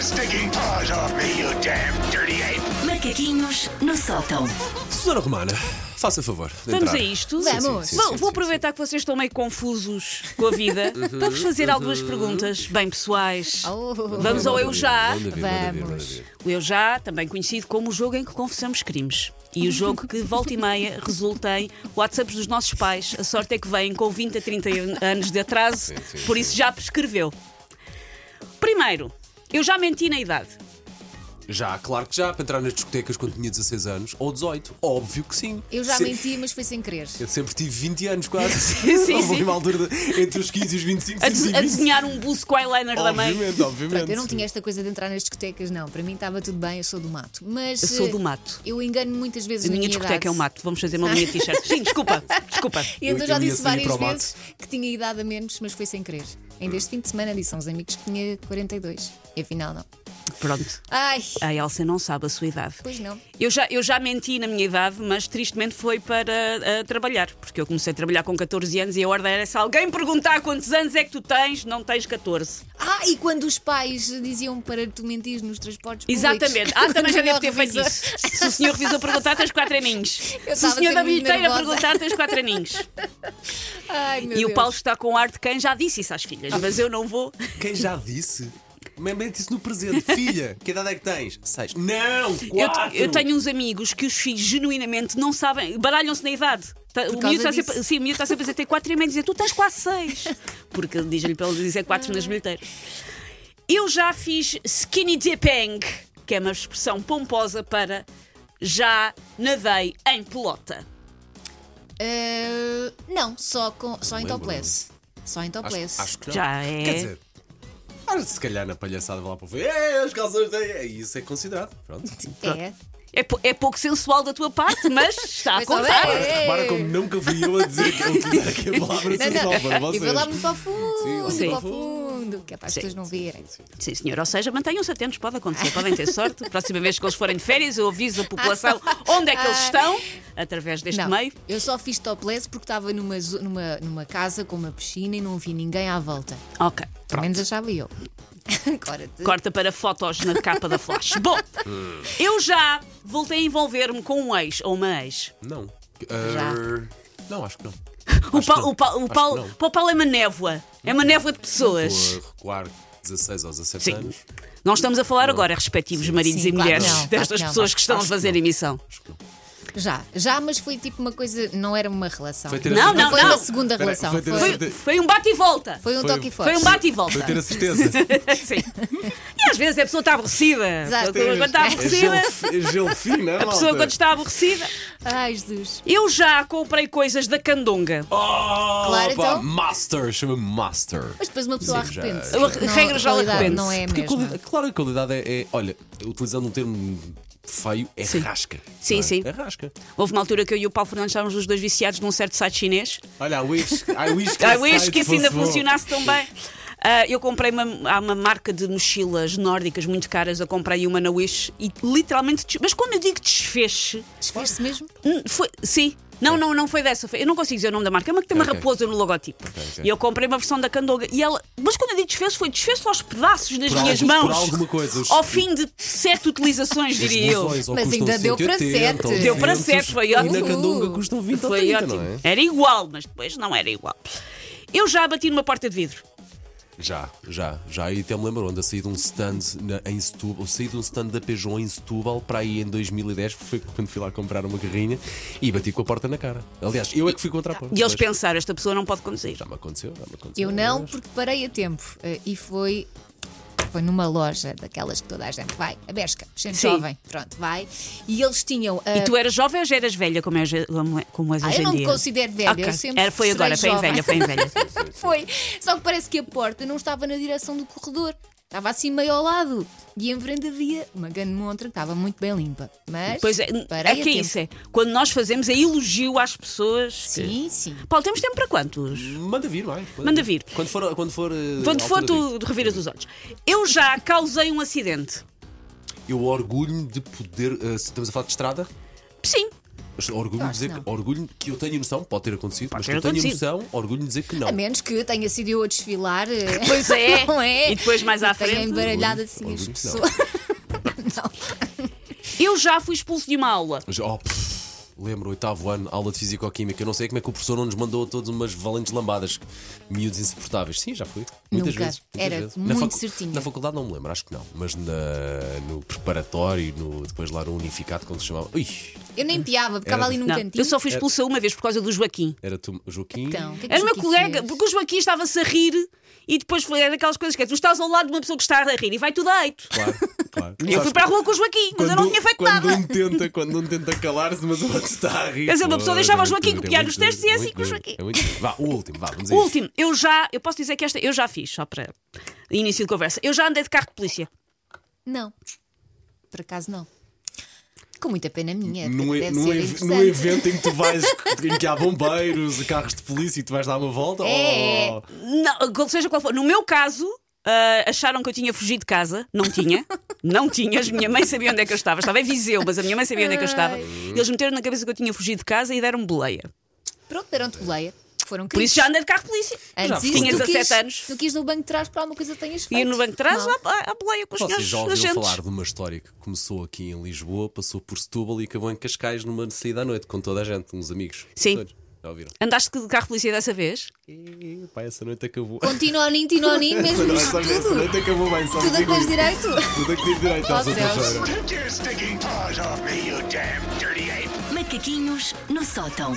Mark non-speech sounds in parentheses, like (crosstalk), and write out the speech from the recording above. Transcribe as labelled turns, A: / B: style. A: stinking paws off me, you damn dirty ape!
B: Macaquinhos no sótão.
C: Senhora Romana, faça favor. de
D: Vamos
C: entrar.
D: a isto?
C: Sim, sim, sim,
D: Vou,
C: sim,
D: vou
C: sim,
D: aproveitar que vocês estão meio confusos com a
C: (laughs)
D: vida
C: Uhum,
D: para vos fazer algumas perguntas bem pessoais.
E: Oh.
D: Vamos ao Eu Já.
C: Manda vir, manda vir, manda vir.
D: O Eu Já, também conhecido como o jogo em que confessamos crimes. E o jogo que, volta
C: (laughs)
D: e meia, resulta em WhatsApps dos nossos pais. A sorte é que vêm com 20 a 30 anos de atraso,
C: sim,
D: por isso já prescreveu. Primeiro, eu já menti na idade.
C: Já, claro que já, para entrar nas discotecas quando tinha 16 anos ou 18, óbvio que sim.
E: Eu já
C: Se-
E: menti, mas foi sem querer.
C: Eu sempre tive 20 anos quase.
D: (laughs) Sim, sim,
C: Houve
D: sim.
C: uma altura de- entre os 15 e os 25,
D: A,
C: 5
D: de- a
C: e 20.
D: desenhar um buço com eyeliner da mãe.
C: Obviamente, obviamente.
E: Eu não tinha esta coisa de entrar nas discotecas, não. Para mim estava tudo bem, eu sou do mato. Mas.
D: Eu sou
E: eh,
D: do mato.
E: Eu engano muitas vezes
D: A
E: na
D: minha
E: idade.
D: discoteca é um mato. Vamos fazer uma linha de t-shirt. Sim, desculpa, desculpa.
E: E então
C: Eu-
E: já
C: eu ia sair
E: disse
C: para
E: várias
C: o mato.
E: vezes que tinha idade a menos, mas foi sem querer. Ainda este fim de semana disse a uns amigos que tinha 42. E afinal, não.
D: Pronto.
E: Ai,
D: A Elsa não sabe a sua idade.
E: pois não.
D: Eu já, eu já menti na minha idade, mas tristemente foi para ah, trabalhar, porque eu comecei a trabalhar com 14 anos e a ordem era se alguém perguntar quantos anos é que tu tens, não tens 14.
E: Ah, e quando os pais diziam para tu mentir nos transportes públicos?
D: Exatamente.
E: (laughs)
D: Ah, também já
E: Quando
D: deve ter feito
E: revisou-
D: isso. Se o senhor revisor perguntar, tens 4 aninhos.
E: Eu
D: Se o senhor
E: estava a ser
D: da
E: muito
D: bilheteira
E: nervosa.
D: perguntar, tens 4 aninhos.
E: (laughs) Ai, meu
D: E
E: Deus.
D: o Paulo está com ar de quem já disse isso às filhas, mas eu não vou.
C: Quem já disse? Mas Mete isso no
D: (laughs)
C: presente. Filha, que idade é que tens? 6. Não,
D: Eu,
C: 4.
D: eu tenho uns amigos que os filhos genuinamente não sabem, baralham-se na idade. Tá- O
E: causa
D: miúdo, está
E: disso.
D: sempre, sim, o miúdo está sempre a dizer tem 4 e meio, dizer tu tens quase 6. Porque ele diz-lhe para ele dizer 4 nas bilheteiras. Eu já fiz skinny dipping, que é uma expressão pomposa para já nadei em pelota.
E: Eh, não, só, com, só em
C: lembro.
E: topless. Só em topless.
C: Acho, acho que não.
D: Já é.
C: Quer dizer, ah, se calhar na palhaçada vão lá para o fundo, "Ei, as calças têm. É, Isso é considerado. Pronto.
D: (laughs)
E: É.
D: É, pou- é pouco sensual da tua parte, mas
E: (laughs)
D: está a
E: Mas olha,
D: contar.
E: é- Ei.
C: Repara como nunca fui eu a dizer que a
D: (laughs)
C: utilizar aqui a palavra sensual para
E: E
C: vocês.
E: vou lá muito para o fundo,
C: Sim, lá
D: Sim.
E: para o fundo, que é para as
D: Sim.
E: pessoas não verem.
D: Sim, senhor. Ou seja, mantenham-se atentos, pode acontecer, podem ter sorte. (laughs) Próxima vez que eles forem de férias, eu aviso a
E: (laughs)
D: população onde é que eles estão, através deste
E: Ah. Não,
D: meio.
E: eu só fiz topless porque estava numa, zo- numa, numa casa com uma piscina e não havia ninguém à volta.
D: Ok.
E: Pelo menos achava eu. (laughs) Agora, te-
D: Corta para fotos na capa da
E: (laughs)
D: flash. Bom, eu já voltei a envolver-me com um ex ou uma ex.
C: Não.
E: Já.
C: Ah, Não, acho que não.
D: O,
C: Acho que
D: Pau-
C: não.
D: o, Pau- o
C: Acho
D: Paulo-
C: que não.
D: para o Paulo é uma névoa. É uma névoa de pessoas.
C: Vou recuar 16 ou 17
D: Sim.
C: anos.
D: Não estamos a falar agora, respectivos maridos
E: Sim,
D: e
E: claro
D: mulheres,
E: que não, claro
D: destas
E: que não.
D: pessoas que estão
C: Acho
D: a
C: que
D: fazer
C: não.
D: emissão.
C: Acho que não.
E: já, já, mas foi tipo uma coisa, não era uma relação.
C: Foi ter a
D: Não,
C: certeza-
D: não,
E: foi
D: não.
E: uma segunda
C: Espera,
E: relação.
C: foi ter a
E: foi-
D: Foi, foi um bate e volta.
E: foi um
C: Foi-
E: toque e forte.
D: Foi um bate e volta.
C: Foi ter a
D: (laughs)
C: certeza.
D: Sim. E às vezes a pessoa está aborrecida.
E: Exato.
D: Quando está
C: É gel,
D: aborrecida,
C: é gel fino, é,
D: a pessoa quando está aborrecida.
E: Ai, Jesus.
D: Eu já comprei coisas da candonga.
C: Oh,
E: Claro,
C: pá,
E: então.
C: Master, chama-me Master.
E: Mas depois uma pessoa
C: Sim, já-
E: arrepende-se.
D: A regra
E: Não,
D: já
E: a qualidade
D: arrepende-se.
E: Não é
C: Porque a
E: mesmo.
C: qualidade- claro, a qualidade é, é- Olha, utilizando um termo feio, é
D: Sim.
C: rasca.
D: Sim,
C: não é?
D: sim.
C: É rasca.
D: Houve uma altura que eu e o Paulo Fernandes estávamos os dois viciados num certo site chinês.
C: Olha, I wish,
D: (laughs)
C: I wish que,
D: Ah,
C: esse
D: eu acho
C: site
D: que isso ainda
C: fosse bom.
D: funcionasse tão bem. Ah, eu comprei uma, há uma marca de mochilas nórdicas muito caras. Eu comprei uma na Wish e literalmente. des- Mas quando eu digo desfeche,
E: Desfez-se mesmo?
D: Hum, Foi, sim. Não, não, não foi dessa. Foi- eu não consigo dizer o nome da marca. É uma que tem uma
C: Ok.
D: raposa no logotipo.
C: ok.
D: E eu comprei uma versão da Candoga. E ela. Mas quando eu digo desfez, foi desfez aos pedaços nas
C: Por
D: minhas
C: algum- por
D: mãos.
C: alguma coisa. Os-
D: Ao fim de sete utilizações,
C: Os
D: diria eu.
C: blusões ou
E: Mas
C: custam
E: ainda deu para
C: 180, ou
E: sete.
D: Deu para
C: 200,
D: sete, foi
C: E na
D: ótimo.
C: candonga custam 20 ou
D: Foi
C: 30,
D: ótimo.
C: não é?
D: Era igual, mas depois não era igual. Eu já bati numa porta de vidro.
C: Já, já, já. E até me lembro onde eu saí de um stand na- em Setúbal, eu saí de um stand da Peugeot em Setúbal para aí em 2010, que foi quando fui lá comprar uma carrinha e bati com a porta na cara. Aliás, eu é que fui contra a porta.
D: E eles
C: Pois.
D: pensaram, esta pessoa não pode conduzir.
C: Já me aconteceu, já me aconteceu.
E: Eu não,
C: Mas-
E: porque parei a tempo. Eh, E foi. Foi numa loja daquelas que toda a gente vai, a Bershka, gente
D: Sim.
E: jovem, pronto, vai. E eles tinham.
D: E
E: a-
D: tu eras jovem ou já eras velha, como, é, como, é- como és
E: Eh, Ah,
D: hoje
E: eu
D: em
E: não me
D: dia?
E: considero velha,
D: Ok.
E: eu sempre
D: Era, foi
E: serei
D: agora, foi em
E: jovem.
D: velha,
E: (laughs)
D: foi em velha.
E: Foi. Só que parece que a porta não estava na direção do corredor. Estava assim meio ao lado. E em frente havia uma grande montra que estava muito bem limpa. Mas.
D: Pois é, é
E: parei a
D: que é
E: tempo.
D: isso é. Quando nós fazemos é elogio às pessoas.
E: Sim, sim.
D: Paulo, temos tempo para quantos?
C: Manda vir, vai.
D: Manda vir.
C: Quando for. Quando for, eh,
D: Quando for,
C: altura
D: tu reviras os olhos. Eu já causei um acidente.
C: disso. Eu orgulho-me de poder. eh, se estamos a falar de estrada?
D: Sim.
C: Orgulho
E: Eu
C: de
E: acho
C: dizer
E: que
C: que,
E: não.
C: orgulho que eu tenho noção, pode ter acontecido, mas
D: ter
C: que eu tenho
D: acontecido.
C: noção, orgulho de dizer que não.
E: A menos que tenha sido eu a desfilar. eh,
D: Pois é.
E: (laughs) Não é?
D: E depois (laughs) mais à
E: Tenha
D: frente.
E: embaralhado
C: Orgulho,
E: assim as
C: orgulho, não.
E: pessoas. (laughs) Não.
D: Eu já fui expulso de uma aula.
C: Mas, oh, pff, lembro, oitavo ano, aula de Fisicoquímica. Eu não sei como é que o professor não nos mandou a todos umas valentes lambadas, miúdos insuportáveis. Sim, já fui. Muitas
E: Nunca.
C: vezes. muitas
E: Era
C: vezes.
E: muito
C: facu-
E: certinha.
C: Na faculdade não me lembro, acho que não. Mas na- no preparatório, no, depois lá no unificado, como se chamava. Ui,
E: Eu nem piava, ficava
C: Era-
E: ali num
D: Não,
E: Um cantinho.
D: eu só fui expulsa uma vez por causa do Joaquim.
C: era tu, Joaquim.
E: Então, o que é que
D: Era o meu
E: Joaquim
D: colega,
E: fez?
D: porque o Joaquim estava-se a rir e depois foi era aquelas coisas que é, tu estás ao lado de uma pessoa que está a rir e vai tudo deito.
C: Claro, claro.
D: Eu fui para a rua com o Joaquim, mas eu não tinha feito
C: quando
D: nada.
C: Um tenta, quando um tenta calar-se, mas o outro está a rir.
D: Quer dizer, uma pessoa deixava o
C: Pois, é
D: Joaquim
C: muito
D: copiar
C: duro,
D: os testes e é
C: muito
D: assim com o
C: duro,
D: Joaquim.
C: é muito duro. Vá, o último, vá, vamos a isto.
D: Último, eu já, eu posso dizer que esta eu já fiz, só para início de conversa. Eu já andei de carro de polícia.
E: Não. Por acaso não. Com muita pena minha.
C: Num,
E: porque
C: e-
E: deve
C: num
E: ser
C: ev-
E: interessante.
C: num é, evento em que tu vais, em que há bombeiros, carros de polícia e tu vais dar uma volta.
E: É.
C: Oh,
D: Não, qual- seja qual for. No meu caso, ah, acharam que eu tinha fugido de casa. Não
C: (laughs)
D: tinha. Não tinhas. Minha mãe sabia onde é que eu estava. Estava em Viseu, mas a minha mãe sabia onde é que eu estava. Eles meteram na cabeça que eu tinha fugido de casa e deram-me boleia.
E: Pronto, deram-te boleia. Foram
D: Por isso já andei de carro de polícia.
E: Antes
C: Já
E: disso,
D: tinha
E: tu
D: 17
E: quis,
D: anos.
E: Tu quis no banco de trás para alguma coisa que tenhas feito.
D: E no banco de trás,
E: Não.
D: à à- à boleia com os
C: Vocês
D: senhores
C: já ouviram
D: agentes.
C: falar de uma história que começou aqui em Lisboa, passou por Setúbal e acabou em Cascais numa saída à noite com toda a gente, uns amigos.
D: Sim.
C: Todos. Já ouviram?
D: Andaste de carro de polícia dessa vez?
C: E, pá, essa noite acabou.
E: Com tinoninho, tinoninho, mesmo isto
C: (laughs) Essa, essa
E: tudo.
C: noite acabou bem, só
E: Tudo a que
C: digo
E: tens
C: isto.
E: direito.
C: Tudo a que tens direito, Elsa
E: Oh, céus.
C: Teixeira.
A: Take your stinking paws off me, you damn dirty ape!
B: Macaquinhos no sótão.